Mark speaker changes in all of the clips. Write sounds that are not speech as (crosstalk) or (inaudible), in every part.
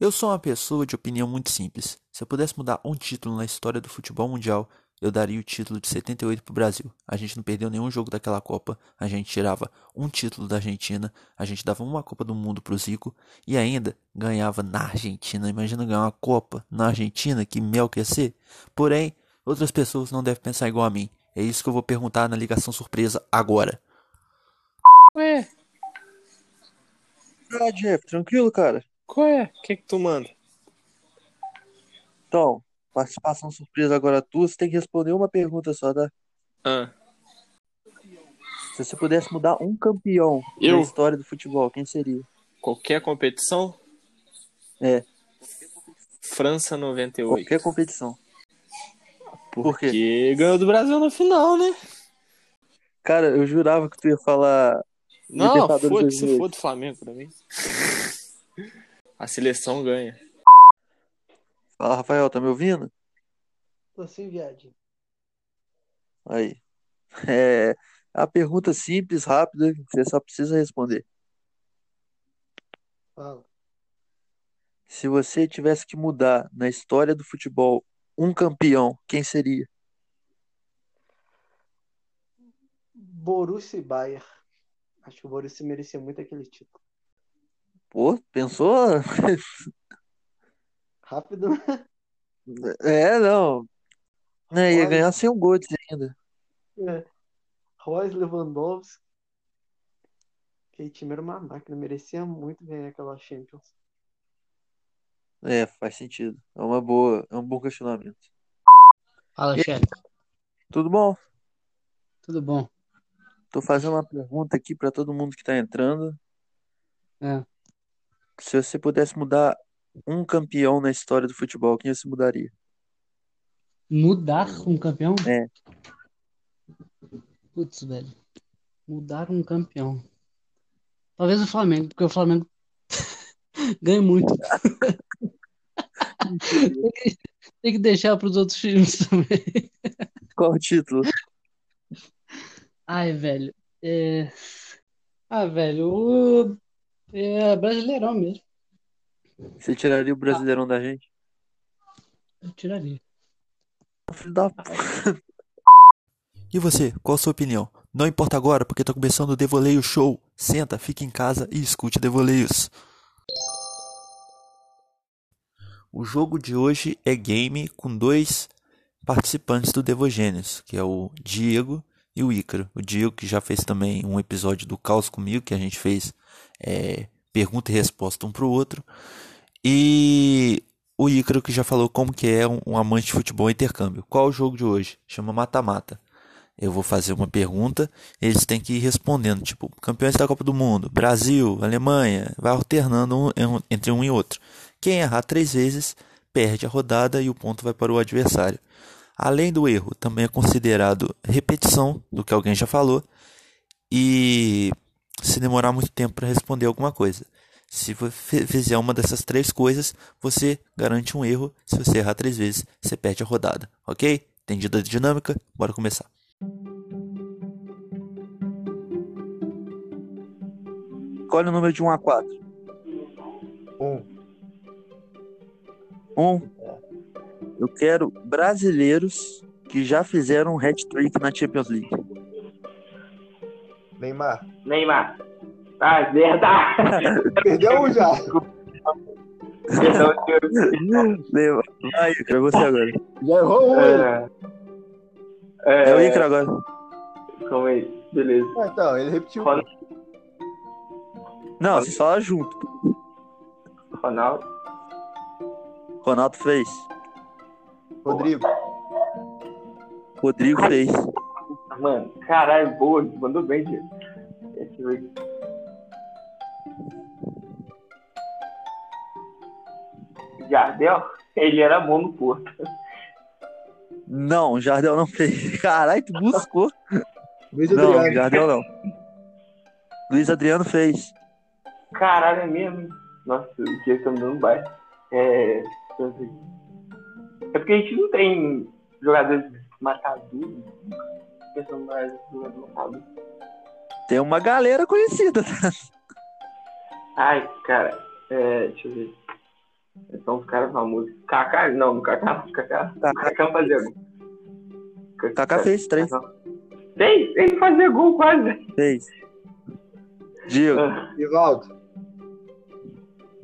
Speaker 1: Eu sou uma pessoa de opinião muito simples. Se eu pudesse mudar um título na história do futebol mundial, eu daria o título de 78 pro Brasil. A gente não perdeu nenhum jogo daquela Copa, a gente tirava um título da Argentina, a gente dava uma Copa do Mundo pro Zico e ainda ganhava na Argentina. Imagina ganhar uma Copa na Argentina, que mel que ia ser. Porém, outras pessoas não devem pensar igual a mim. É isso que eu vou perguntar na ligação surpresa agora.
Speaker 2: Qual é?
Speaker 3: Ah, Jeff, tranquilo, cara?
Speaker 2: Qual é? O que que tu manda?
Speaker 3: Então, participação surpresa agora tua, você tem que responder uma pergunta só, tá?
Speaker 2: Ah,
Speaker 3: Se você pudesse mudar um campeão
Speaker 2: Eu?
Speaker 3: da história do futebol, quem seria?
Speaker 2: qualquer competição?
Speaker 3: É.
Speaker 2: França 98.
Speaker 3: Qualquer competição. Por quê?
Speaker 2: Porque ganhou do Brasil no final, né?
Speaker 3: Cara, eu jurava que tu ia falar.
Speaker 2: Não,
Speaker 3: Libertadores
Speaker 2: foda-se,
Speaker 3: 2008.
Speaker 2: foda o Flamengo pra mim. (laughs) A seleção ganha.
Speaker 3: Fala, Rafael, tá me ouvindo?
Speaker 4: Tô sem viagem.
Speaker 3: Aí. (laughs) É a pergunta simples, rápida, que você só precisa responder.
Speaker 4: Fala.
Speaker 3: Se você tivesse que mudar na história do futebol um campeão, quem seria?
Speaker 4: Borussia e Bayer. Acho que o Borussia merecia muito aquele título.
Speaker 3: Pô, pensou? (laughs)
Speaker 4: Rápido,
Speaker 3: É, não. Né, ia
Speaker 4: Olha.
Speaker 3: ganhar sem um gol ainda.
Speaker 4: né? Royce Lewandowski. Aquele time era uma máquina. Merecia muito ganhar aquela Champions.
Speaker 3: É, faz sentido. É uma boa, é um bom questionamento.
Speaker 5: Fala,
Speaker 3: E-
Speaker 5: chefe.
Speaker 3: Tudo bom?
Speaker 5: Tudo bom?
Speaker 3: Tô fazendo uma pergunta aqui pra todo mundo que tá entrando.
Speaker 5: É.
Speaker 3: Se você pudesse mudar um campeão na história do futebol, quem você mudaria?
Speaker 5: Mudar um campeão?
Speaker 3: É.
Speaker 5: Putz, velho. Mudar um campeão. Talvez o Flamengo, porque o Flamengo (laughs) ganha
Speaker 3: (laughs)
Speaker 5: muito. tem, que, tem que deixar pros outros times também.
Speaker 3: Qual o título?
Speaker 5: Ai, velho. É... Ah, velho. O... É brasileirão mesmo.
Speaker 3: Você tiraria o Brasileirão da gente?
Speaker 5: Eu tiraria.
Speaker 3: Filho da p-
Speaker 1: E você, qual a sua opinião? Não importa agora, porque tá começando o Devoleio Show. Senta, fica em casa e escute Devoleios. O jogo de hoje é game com dois participantes do Devogênios, que é o Diego e o Ícaro. O Diego que já fez também um episódio do Caos comigo, que a gente fez é, pergunta e resposta um pro outro. E o Ícaro que já falou como que é um, um amante de futebol e intercâmbio. Qual é o jogo de hoje? Chama mata-mata. Eu vou fazer uma pergunta, eles têm que ir respondendo, tipo, campeões da Copa do Mundo, Brasil, Alemanha, vai alternando um- en- entre um e outro. Quem errar três vezes perde a rodada e o ponto vai para o adversário. Além do erro, também é considerado repetição do que alguém já falou e se demorar muito tempo para responder alguma coisa. Se você fizer uma dessas três coisas, você garante um erro. Se você errar três vezes, você perde a rodada, ok? Entendida a dinâmica? Bora começar.
Speaker 3: Escolhe é o número de 1 a 4.
Speaker 4: Um. É.
Speaker 3: Um, eu quero brasileiros que já fizeram um hat-trick na
Speaker 4: (laughs)
Speaker 3: Champions League.
Speaker 4: Neymar.
Speaker 6: Neymar.
Speaker 3: (laughs)
Speaker 6: Ah, verdade.
Speaker 4: Perdeu um já.
Speaker 6: Perdão, eu-
Speaker 3: Leva. Vai, Icra, Ah, você agora.
Speaker 4: Já errou um. ele.
Speaker 6: é, é,
Speaker 3: É o Icra agora.
Speaker 6: Calma aí. Beleza.
Speaker 4: Ah, Então, ele repetiu.
Speaker 6: Ronaldo.
Speaker 3: Não, vocês falam junto.
Speaker 6: Ronaldo.
Speaker 3: Ronaldo fez.
Speaker 4: Rodrigo.
Speaker 3: Rodrigo fez.
Speaker 6: Mano, caralho, boa. Mandou bem, Diego. Deixa eu ver. Jardel, ele era bom no Porto.
Speaker 3: Não, o Jardel não fez. (laughs) Caralho, tu buscou.
Speaker 4: Luiz
Speaker 3: Não, o
Speaker 4: Adriano.
Speaker 3: Jardel não. Luiz Adriano fez.
Speaker 6: Caralho, é mesmo? hein? Nossa, o Diego tá me dando baile. É. deixa eu ver. É porque a gente não tem jogadores né? matadores. Pensando no Brasil, jogador matador.
Speaker 3: Tem
Speaker 4: (laughs)
Speaker 3: uma galera conhecida.
Speaker 6: Ai, cara, é, deixa eu ver. São os caras famosos. Kaká, não, no Kaká, Kaká. Kaká fazia gol.
Speaker 1: Kaká Tá fez três.
Speaker 6: Fez? Ele fazia gol quase.
Speaker 1: Fez.
Speaker 3: É.
Speaker 1: Diego.
Speaker 3: Rivaldo.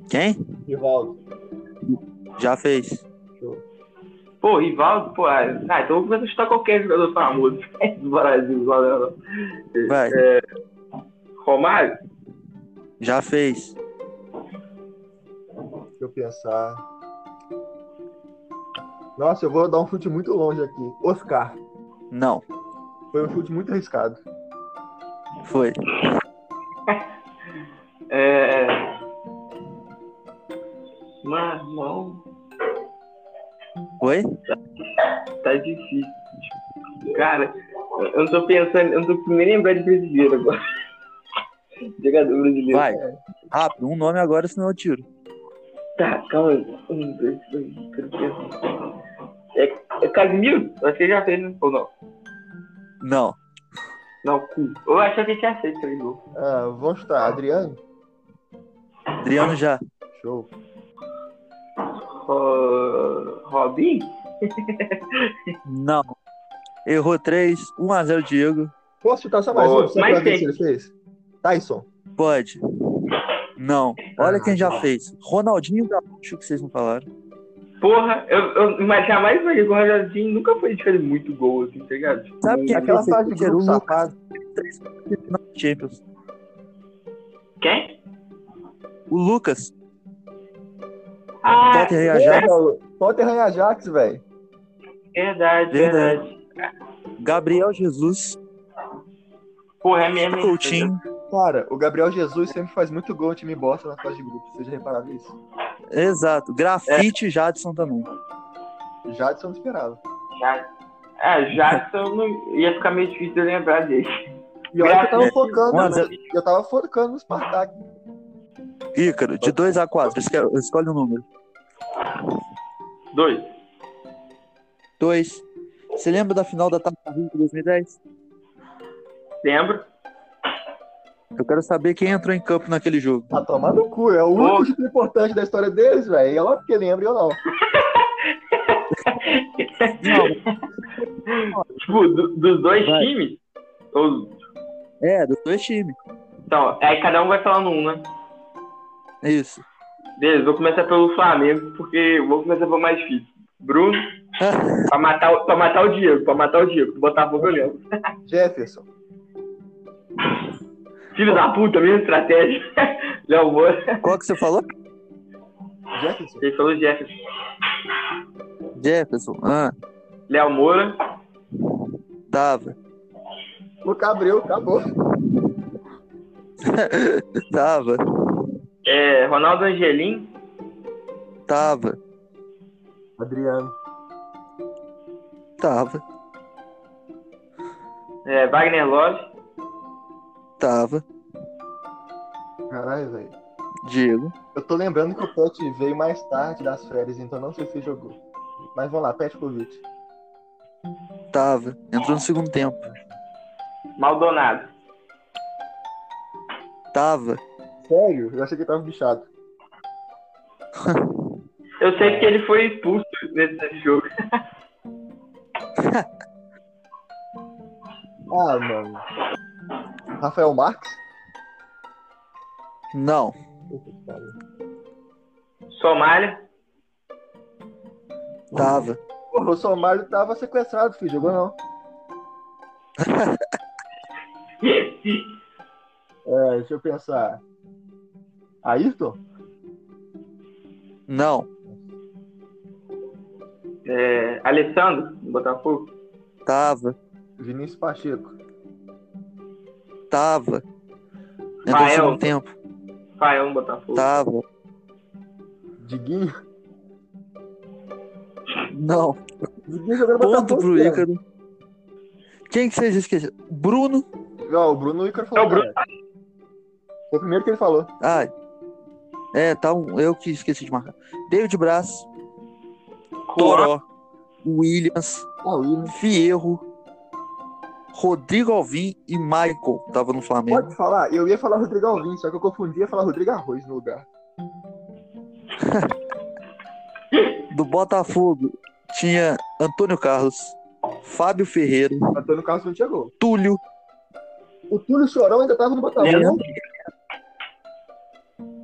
Speaker 1: Quem?
Speaker 3: Rivaldo.
Speaker 1: Já fez.
Speaker 6: Pô, Rivaldo, pô, ah, então eu vou começar a chutar qualquer jogador famoso (laughs) do Brasil, valeu, não.
Speaker 1: Vai.
Speaker 6: Romário?
Speaker 1: Já fez.
Speaker 3: Deixa eu pensar. Nossa, eu vou dar um chute muito longe aqui. Oscar.
Speaker 1: Não.
Speaker 3: Foi um chute muito arriscado.
Speaker 1: Foi.
Speaker 6: É. Mano, não,
Speaker 1: Foi?
Speaker 6: tá difícil. Cara, eu não tô pensando, eu não tô nem lembrando de brasileiro agora. (laughs) Jogador brasileiro.
Speaker 1: Vai. Rápido, um nome agora, senão eu tiro.
Speaker 6: Tá, calma aí. Um, dois, dois, três, quatro. É, é Casimiro? Eu acho que ele já fez, né? Ou não?
Speaker 1: Não.
Speaker 6: Não, cu. Eu acho que ele tinha feito três gols.
Speaker 3: Ah, vamos chutar. Adriano?
Speaker 1: Adriano já.
Speaker 3: Show.
Speaker 6: Ro- Robin?
Speaker 1: Não. Errou três. 1x0 Diego.
Speaker 3: Posso chutar só mais
Speaker 6: Boa.
Speaker 3: um? Só
Speaker 6: Mas
Speaker 3: pra ver
Speaker 6: tem.
Speaker 3: se ele fez? Tyson.
Speaker 1: Pode. Não. Olha quem já fez. Ronaldinho Gaúcho, que vocês não falaram.
Speaker 6: Porra, eu, eu imaginava mais velho que o Ronaldinho nunca foi de fazer muito gol, assim, tá ligado?
Speaker 1: Sabe
Speaker 4: é
Speaker 1: quem
Speaker 3: Aquela
Speaker 1: fez?
Speaker 3: fase de
Speaker 1: Quero
Speaker 3: grupo
Speaker 1: um
Speaker 3: safado.
Speaker 1: Três final de Champions.
Speaker 6: Quem?
Speaker 1: O Lucas.
Speaker 6: Ah,
Speaker 4: É.
Speaker 1: Tottenham e Ajax.
Speaker 3: Tottenham e Ajax, velho.
Speaker 6: verdade,
Speaker 1: Verdade.
Speaker 6: verdade.
Speaker 3: É.
Speaker 1: Gabriel Jesus.
Speaker 6: Porra, é mesmo. hein?
Speaker 1: Coutinho.
Speaker 3: Cara, o Gabriel Jesus sempre faz muito gol em time bosta na fase de grupo. Vocês já repararam isso?
Speaker 1: Exato. Grafite e Jadson também.
Speaker 3: Jadson não esperava.
Speaker 6: Já- Ah, Jackson não- ia ficar meio difícil de eu lembrar dele.
Speaker 3: E olha que eu tava
Speaker 6: Graças.
Speaker 3: focando,
Speaker 1: Mas é-
Speaker 3: mano. Eu tava focando no Spartak.
Speaker 1: Ícaro, de 2 a 4. Escolhe um número.
Speaker 6: Dois.
Speaker 1: 2. Você lembra da final da Taça Rio de 2010?
Speaker 6: Lembro.
Speaker 1: Eu quero saber quem entrou em campo naquele jogo.
Speaker 3: Tá tomando o cu. É o único título importante da história deles, velho. E é logo que lembra, eu não.
Speaker 6: (laughs) Tipo, do- dos dois
Speaker 1: Vai.
Speaker 6: times? Ou-
Speaker 1: É, dos dois times.
Speaker 6: Então, aí cada um vai falando um, né?
Speaker 1: É Isso.
Speaker 6: Beleza, vou começar pelo Flamengo, porque eu vou começar pelo mais difícil. Bruno,
Speaker 1: (laughs)
Speaker 6: pra matar, o- pra matar o Diego, pra matar o Diego. Botafogo eu lembro.
Speaker 3: Jefferson.
Speaker 6: Filho da puta, mesma estratégia. (laughs) Léo Moura,
Speaker 1: Qual que você falou?
Speaker 3: Jefferson.
Speaker 6: ele falou Jefferson.
Speaker 1: Jefferson. Ah,
Speaker 6: Léo Moura,
Speaker 1: tava.
Speaker 3: Luca Abreu, acabou.
Speaker 1: Tava.
Speaker 6: é, Ronaldo Angelim,
Speaker 1: Tava.
Speaker 3: Adriano.
Speaker 1: Tava.
Speaker 6: é, Wagner Love,
Speaker 1: Tava.
Speaker 3: Caralho, velho.
Speaker 1: Diego.
Speaker 3: Eu tô lembrando que o Pet veio mais tarde das férias, então não sei se jogou. Mas vamos lá, Petkovic.
Speaker 1: Tava. Entrou no segundo tempo.
Speaker 6: Maldonado.
Speaker 1: Tava.
Speaker 3: Sério? Eu achei que ele tava bichado.
Speaker 6: Eu sei porque ele foi expulso nesse, nesse jogo.
Speaker 3: Ah, mano. Rafael Marques?
Speaker 1: Não.
Speaker 3: Puta que pariu.
Speaker 6: Somália, (laughs)
Speaker 1: Tava.
Speaker 3: Porra, o Somário tava sequestrado, filho. Jogou não. É, deixa eu pensar. Ayrton?
Speaker 1: Não.
Speaker 6: é, Alessandro, do Botafogo,
Speaker 1: Tava.
Speaker 3: Vinícius Pacheco.
Speaker 1: Tava. Entrou no
Speaker 6: Rael.
Speaker 1: segundo tempo.
Speaker 6: Fael, do Botafogo.
Speaker 1: Tava.
Speaker 3: Diguinho?
Speaker 1: Não.
Speaker 3: Diguinho jogando
Speaker 1: Ponto
Speaker 3: Botafogo,
Speaker 1: pro
Speaker 3: cara.
Speaker 1: Ícaro. Quem que vocês esqueceram? Bruno.
Speaker 3: Não, o Bruno Ícaro falou.
Speaker 6: É o Bruno.
Speaker 3: cara. Foi o primeiro que ele falou.
Speaker 1: Ah. É, tá um, eu que esqueci de marcar. David Braz. Toró. Williams.
Speaker 3: Ah, o Willian.
Speaker 1: Fierro, Rodrigo Alvim e Michael tava no Flamengo.
Speaker 3: Pode falar? Eu ia falar Rodrigo Alvim, só que eu confundi e ia falar Rodrigo Arroz no lugar.
Speaker 1: do Botafogo tinha Antônio Carlos, Fábio Ferreira,
Speaker 3: Antônio Carlos não tinha gol.
Speaker 1: Túlio,
Speaker 3: O Túlio Chorão ainda tava no Botafogo.
Speaker 6: Leandro.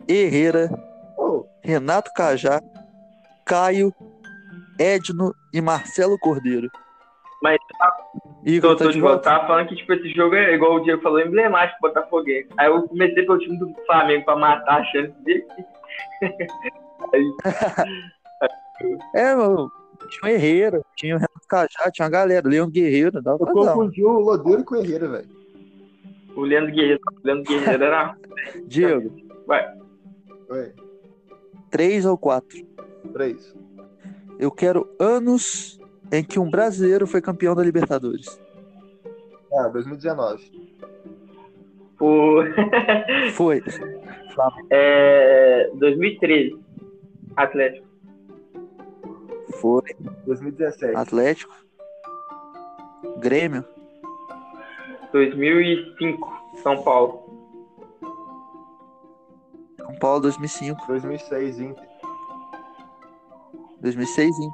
Speaker 1: Herrera,
Speaker 6: É.
Speaker 3: Pô,
Speaker 1: Renato Cajá, Caio, Edno e Marcelo Cordeiro.
Speaker 6: Mas-
Speaker 1: Igor
Speaker 6: Eu
Speaker 1: tá
Speaker 6: tô
Speaker 1: de
Speaker 6: de
Speaker 1: volta.
Speaker 6: tava falando que tipo, esse jogo é igual o Diego falou, emblemático pro Botafoguense. Aí eu comecei pelo time do Flamengo pra matar a chance dele.
Speaker 1: É, meu, tinha o Herrera, tinha o Renato Cajá, tinha a galera, Leandro Guerreiro, dava
Speaker 3: eu
Speaker 1: pra dar.
Speaker 3: confundi o Lodeiro com o Herrera, velho.
Speaker 6: O Leandro Guerreiro, o Leandro Guerreiro era
Speaker 1: Diego,
Speaker 3: Ué,
Speaker 1: três ou quatro.
Speaker 3: três.
Speaker 1: Eu quero anos em que um brasileiro foi campeão da Libertadores.
Speaker 3: Ah, 2019.
Speaker 6: o
Speaker 1: Foi.
Speaker 6: é, 2013. Atlético.
Speaker 1: Foi.
Speaker 3: 2017.
Speaker 1: Atlético. Grêmio.
Speaker 6: 2005. São Paulo.
Speaker 1: São Paulo 2005.
Speaker 3: 2006, Inter.
Speaker 1: 2006, hein?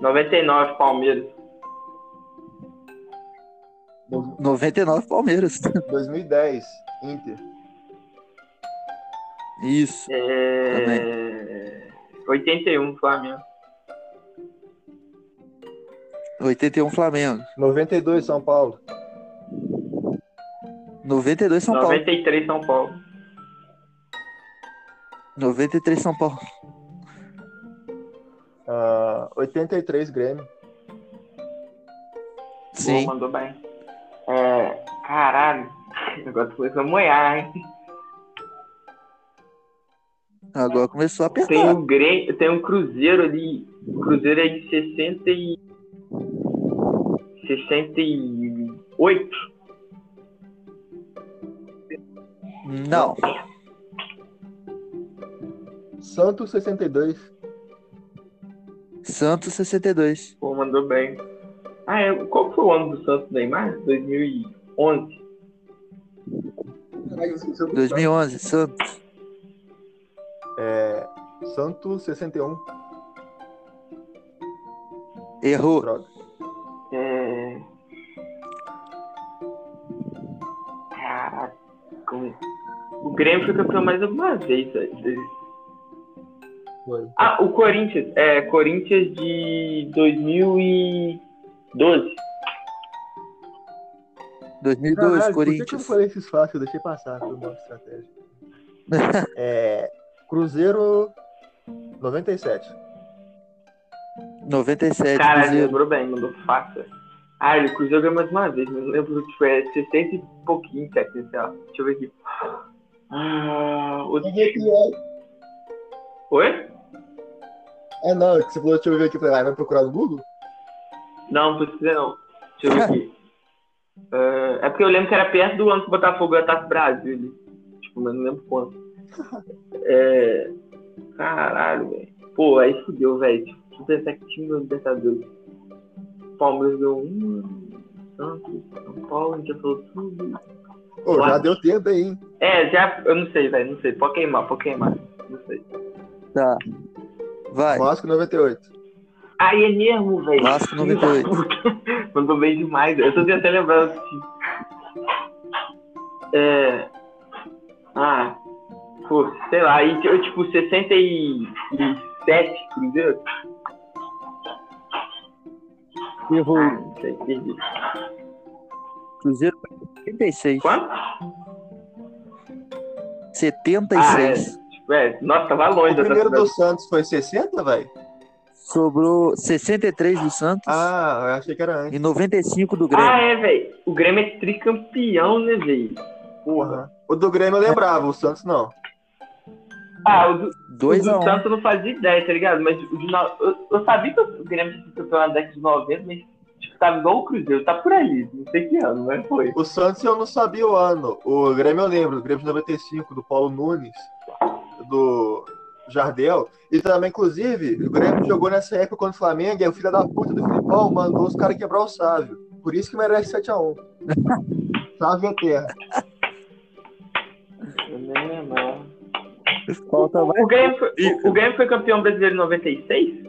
Speaker 6: 99. Palmeiras.
Speaker 1: 99 Palmeiras. (laughs)
Speaker 3: 2010, Inter.
Speaker 1: Isso.
Speaker 6: É, 81. Flamengo.
Speaker 1: 81 Flamengo.
Speaker 3: 92, São Paulo.
Speaker 1: 92 São Paulo.
Speaker 6: 93. São Paulo.
Speaker 1: 93 São Paulo.
Speaker 3: Ah, 83, Grêmio.
Speaker 1: Sim.
Speaker 6: Boa, mandou bem. É, caralho. (laughs) Agora tu começou a moiar, hein?
Speaker 1: Agora começou a
Speaker 6: Tem
Speaker 1: apertar.
Speaker 6: o Grêmio, tem um Cruzeiro ali. O Cruzeiro é de 60 e. 68.
Speaker 1: Não.
Speaker 3: Santos, 62.
Speaker 1: Santos 62.
Speaker 6: Pô, mandou bem. Ah, é, qual que foi o ano do Santos Neymar? 2011.
Speaker 3: Caralho, eu esqueci o do
Speaker 1: 2011. Santos. É,
Speaker 3: Santos. Santos, 61.
Speaker 1: Errou.
Speaker 3: Droga.
Speaker 6: É. Caraca. ah, como- é? O Grêmio foi campeão mais alguma vez. velho.
Speaker 3: Foi.
Speaker 6: Ah, o Corinthians. É, Corinthians de 2012.
Speaker 1: 2002
Speaker 3: Caralho, Por que que eu
Speaker 1: Corinthians.
Speaker 3: falei esses fáceis? Eu deixei passar, foi
Speaker 1: (laughs)
Speaker 3: uma estratégia. É, Cruzeiro 97.
Speaker 1: 97
Speaker 6: Caralho,
Speaker 1: Cruzeiro.
Speaker 6: lembrou bem, mandou fácil. Ah, ele cruzou ganhou mais uma vez, mas não lembro que foi 60 e pouquinho, cara, sei lá. Deixa eu ver aqui. Ah, o... Oi?
Speaker 3: É não, que você falou, deixa eu ver aqui, eu falei, ah, vai procurar no Google?
Speaker 6: Não, não precisa não. Deixa eu ver aqui. Ah, é porque eu lembro que era perto do ano que o Botafogo ia estar no Brasil. ali. Tipo, mas não lembro quanto. É... Caralho, velho. Pô, aí fudeu, velho. Tipo, deixa eu pensar que time do Libertadores. Palmeiras deu um, Santos, São Paulo, a gente já falou tudo.
Speaker 3: Ô, já
Speaker 6: Ué.
Speaker 3: deu tempo aí, hein?
Speaker 6: É, já. Eu não sei, velho. Não sei. Pode queimar, pode queimar. Não sei.
Speaker 1: Tá. Vai.
Speaker 3: Vasco 98.
Speaker 6: Aí é mesmo, velho.
Speaker 1: Vasco 98.
Speaker 6: Puta, (laughs) Mandou bem demais. Eu tô tentando lembrar do time. É. Ah. Pô, sei lá. Aí eu, tipo, 67 Cruzeiro. Ah,
Speaker 1: Errou.
Speaker 6: não sei. Perdi.
Speaker 1: Cruzeiro 76.
Speaker 6: Quanto?
Speaker 1: 76.
Speaker 6: Tipo, é. Nossa, tava longe
Speaker 3: O
Speaker 6: dessa
Speaker 3: primeiro do
Speaker 6: cidade.
Speaker 3: Santos foi 60, velho?
Speaker 6: é.
Speaker 1: Sobrou 63 do Santos
Speaker 3: Ah, eu achei que era antes.
Speaker 1: e 95 do Grêmio.
Speaker 6: Ah, é, velho. O Grêmio é tricampeão, né, velho? Porra.
Speaker 3: Aham. O do Grêmio eu lembrava, o Santos não.
Speaker 6: Ah, o do, O
Speaker 1: 2
Speaker 6: do
Speaker 1: a 1.
Speaker 6: Santos eu não fazia ideia, tá ligado? Mas o de no- eu, eu sabia que o Grêmio tinha sido campeão na década de 90, mas tipo, tava igual o Cruzeiro, tá por aí, não sei que ano, mas foi.
Speaker 3: O Santos eu não sabia o ano. O Grêmio eu lembro, o Grêmio de 95, do Paulo Nunes, do Jardel. E também, inclusive, o Grêmio jogou nessa época contra o Flamengo, e aí o filho da puta do Filipão mandou os caras quebrar o Sávio. Por isso que merece 7x1. Sávio é terra.
Speaker 6: Eu nem lembro.
Speaker 1: Falta mais.
Speaker 6: O Grêmio, foi, o, o Grêmio foi campeão brasileiro em 96?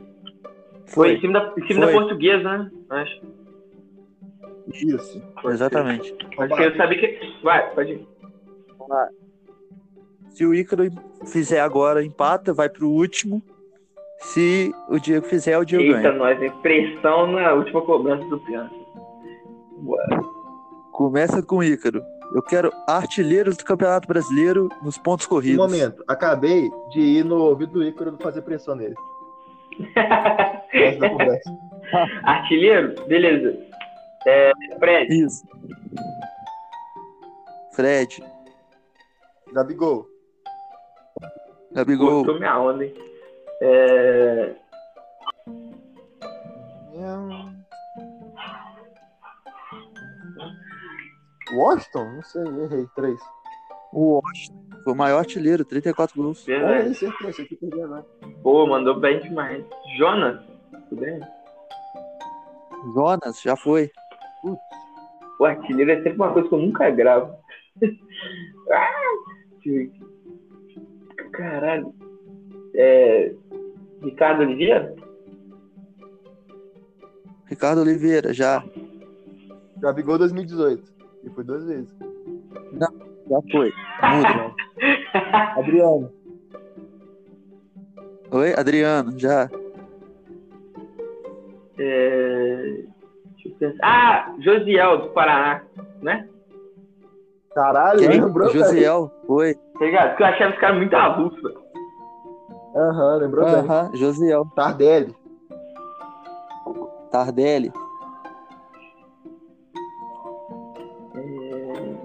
Speaker 6: Foi em cima da, em cima da
Speaker 1: Foi.
Speaker 6: portuguesa, né? Acho.
Speaker 3: Isso.
Speaker 6: Pode
Speaker 1: Exatamente.
Speaker 6: ser. Pode ser, Assim, eu sabia que. Vai, pode ir.
Speaker 1: Se o Ícaro fizer agora, empata, vai pro último. Se o Diego fizer, o Diego
Speaker 6: Eita,
Speaker 1: ganha.
Speaker 6: nós, hein? Pressão na última cobrança do pênalti.
Speaker 1: Começa com o Ícaro. Eu quero artilheiros do Campeonato Brasileiro nos pontos
Speaker 3: Um
Speaker 1: corridos.
Speaker 3: momento, acabei de ir no ouvido do Ícaro fazer pressão nele. Antes da conversa.
Speaker 6: Artilheiro? Beleza. É, Fred,
Speaker 1: Isso. Fred,
Speaker 3: Gabigol.
Speaker 1: Gabigol,
Speaker 6: cortou minha onda, hein? É,
Speaker 3: Washington? Não sei, errei. Três.
Speaker 1: o Washington, foi o maior artilheiro, 34 gols.
Speaker 3: Olha
Speaker 6: verdade.
Speaker 3: aí, certeza. É, Isso aqui perdeu, não.
Speaker 6: Pô, mandou bem demais. Jonas? Tudo bem?
Speaker 1: Jonas, já foi.
Speaker 6: O artilheiro é sempre uma coisa que eu nunca gravo. (laughs) Ah, que- Caralho. É... Ricardo Oliveira?
Speaker 1: Ricardo Oliveira, já,
Speaker 3: Gabigol 2018. E foi duas vezes.
Speaker 1: já foi. Muda.
Speaker 3: Adriano.
Speaker 1: Oi, Adriano, já.
Speaker 6: É... Deixa eu pensar. Ah, Josiel do Paraná.
Speaker 3: Caralho,
Speaker 1: Quem?
Speaker 3: lembrou? cara?
Speaker 1: Josiel, foi.
Speaker 6: Tá ligado? Porque eu achava esse cara muito avulso. velho.
Speaker 3: Aham, lembrou bem.
Speaker 1: Aham, Josiel.
Speaker 3: Tardelli.
Speaker 1: Tardelli,
Speaker 6: É,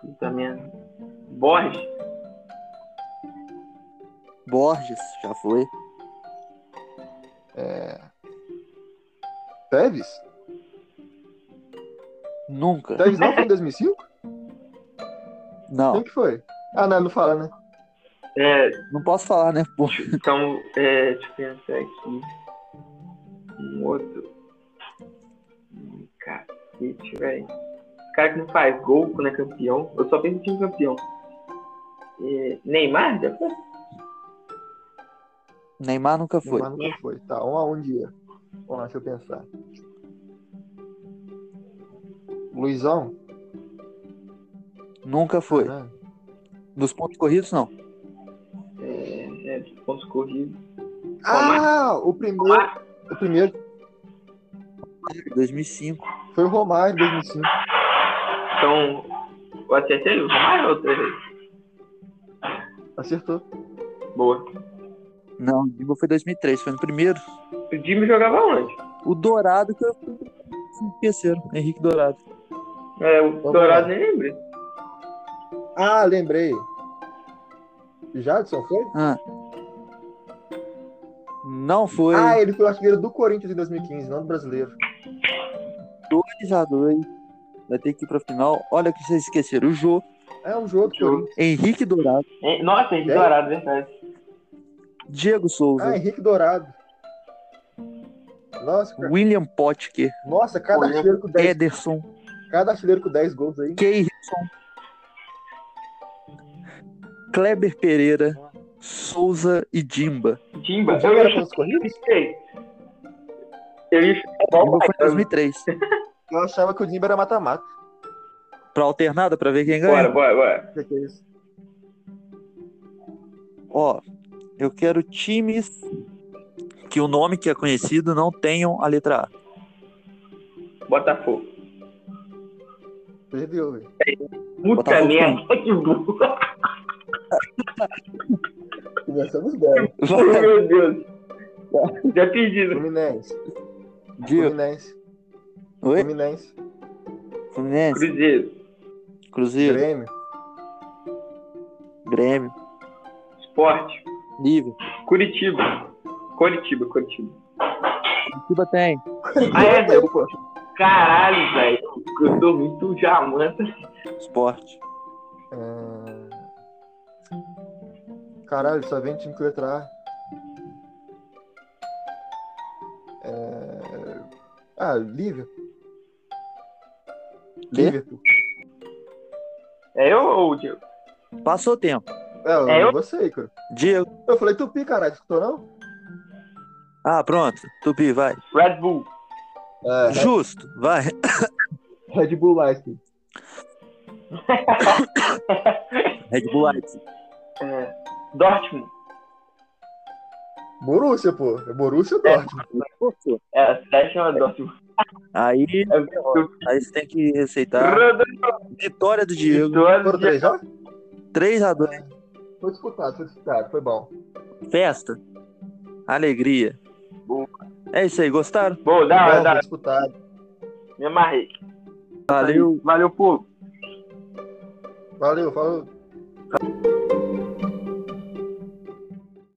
Speaker 6: Puta merda. Borges?
Speaker 1: Borges, já foi.
Speaker 3: É. Tevez?
Speaker 1: Nunca.
Speaker 3: Tevez não foi em 2005? Quem
Speaker 1: Não,
Speaker 3: que foi? Ah, não, não fala, né?
Speaker 6: É,
Speaker 1: não posso falar, né? Pô,
Speaker 6: então, é, deixa eu pensar aqui. Um outro. Hum, Cacete, velho. Esse cara que não faz gol quando é campeão. Eu só penso em time campeão. É, Neymar? Já foi?
Speaker 1: Neymar nunca foi.
Speaker 3: Mas nunca foi. Tá, um a um dia. Vamos lá, deixa eu pensar. Luizão? Né?
Speaker 1: Nunca foi.
Speaker 3: Caralho.
Speaker 1: Nos pontos corridos, não.
Speaker 6: É, é, pontos corridos.
Speaker 3: Ah, o primeiro. O primeiro
Speaker 1: 2005.
Speaker 3: foi o Romário, 2005.
Speaker 6: Então, eu acertei o Romário outra vez.
Speaker 3: Acertou.
Speaker 6: Boa.
Speaker 1: Não, o Digo foi 2003, foi no primeiro.
Speaker 6: O Jimmy jogava onde?
Speaker 1: O Dourado que eu esqueceram. Henrique Dourado.
Speaker 6: É, o
Speaker 3: Vamos
Speaker 6: Dourado
Speaker 3: lá.
Speaker 6: nem lembra.
Speaker 3: Ah, lembrei. Jadson foi?
Speaker 1: Não foi.
Speaker 3: Ah, ele foi o artilheiro do Corinthians em 2015, não do brasileiro.
Speaker 1: 2 a 2 Vai ter que ir pra final. Olha o que vocês esqueceram. O Jô,
Speaker 3: É um jogo do
Speaker 6: Jogo.
Speaker 3: Corinthians.
Speaker 1: Henrique Dourado,
Speaker 6: É, Nossa, é
Speaker 3: É?
Speaker 6: Dourado, verdade.
Speaker 1: Diego
Speaker 3: Ah,
Speaker 1: Souza,
Speaker 3: Henrique Dourado. Nossa, cara.
Speaker 1: William Potker,
Speaker 3: Nossa, cada artilheiro com 10
Speaker 1: Ederson,
Speaker 3: Cada artilheiro com 10 gols aí.
Speaker 1: Keirson, Kleber Pereira, Souza e Dimba.
Speaker 6: Timba.
Speaker 3: Já
Speaker 6: Eu
Speaker 3: era
Speaker 6: ia
Speaker 3: pontos corridos?
Speaker 6: chutar. Eu ia chutar
Speaker 1: Dimba foi em
Speaker 6: Bora,
Speaker 1: 2003.
Speaker 3: Eu achava que o Dimba era mata-mata.
Speaker 1: Pra alternada, pra ver quem ganha.
Speaker 6: bora, bora, bora.
Speaker 3: O que que é isso?
Speaker 1: Ó, eu quero times que o nome que é conhecido não tenham a letra A.
Speaker 6: Botafogo.
Speaker 3: Perdeu, velho.
Speaker 6: Puta
Speaker 1: Botafogo
Speaker 6: merda, que burro. (laughs)
Speaker 3: Começamos bem.
Speaker 6: Meu Deus. Já perdi. né?
Speaker 3: Fluminense.
Speaker 1: Diego.
Speaker 3: Fluminense.
Speaker 1: Oi?
Speaker 3: Fluminense.
Speaker 1: Fluminense,
Speaker 6: Cruzeiro.
Speaker 1: Cruzeiro,
Speaker 3: Grêmio.
Speaker 1: Grêmio,
Speaker 6: Esporte.
Speaker 1: Livre.
Speaker 6: Curitiba. Curitiba, Curitiba.
Speaker 1: Curitiba tem.
Speaker 6: Ah, é, velho.
Speaker 3: Pô,
Speaker 6: Caralho, velho. Eu tô muito jamanta.
Speaker 1: Esporte.
Speaker 3: É. Caralho, só vem time com letra A. É... Ah, Lívia.
Speaker 1: Quê?
Speaker 3: Liverpool.
Speaker 6: É eu ou o Diego?
Speaker 1: Passou o tempo.
Speaker 3: É, eu
Speaker 6: É eu?
Speaker 3: você, cara.
Speaker 1: Diego,
Speaker 3: Eu falei Tupi, caralho, escutou não?
Speaker 1: Ah, pronto. Tupi, vai.
Speaker 6: Red Bull.
Speaker 3: É,
Speaker 1: Justo, vai.
Speaker 3: Red Bull Light.
Speaker 1: Red Bull Light.
Speaker 6: É, Dortmund.
Speaker 3: Borussia, pô. É Borussia ou Dortmund?
Speaker 6: É, a cidade chama Dortmund.
Speaker 1: Aí,
Speaker 6: É o que eu-
Speaker 1: aí você tem que receitar.
Speaker 6: Rodrigo
Speaker 1: Vitória do Diego.
Speaker 3: Foram
Speaker 6: Vitória.
Speaker 3: três já?
Speaker 1: 3x2.
Speaker 3: Foi disputado, foi disputado. Foi bom.
Speaker 1: Festa. Alegria.
Speaker 6: Boa.
Speaker 1: É isso aí, gostaram?
Speaker 6: Boa, da
Speaker 3: Foi bom,
Speaker 6: hora, da
Speaker 3: foi
Speaker 6: hora.
Speaker 3: disputado.
Speaker 6: Me amarrei.
Speaker 1: Valeu.
Speaker 6: Valeu, povo.
Speaker 3: Valeu, falou.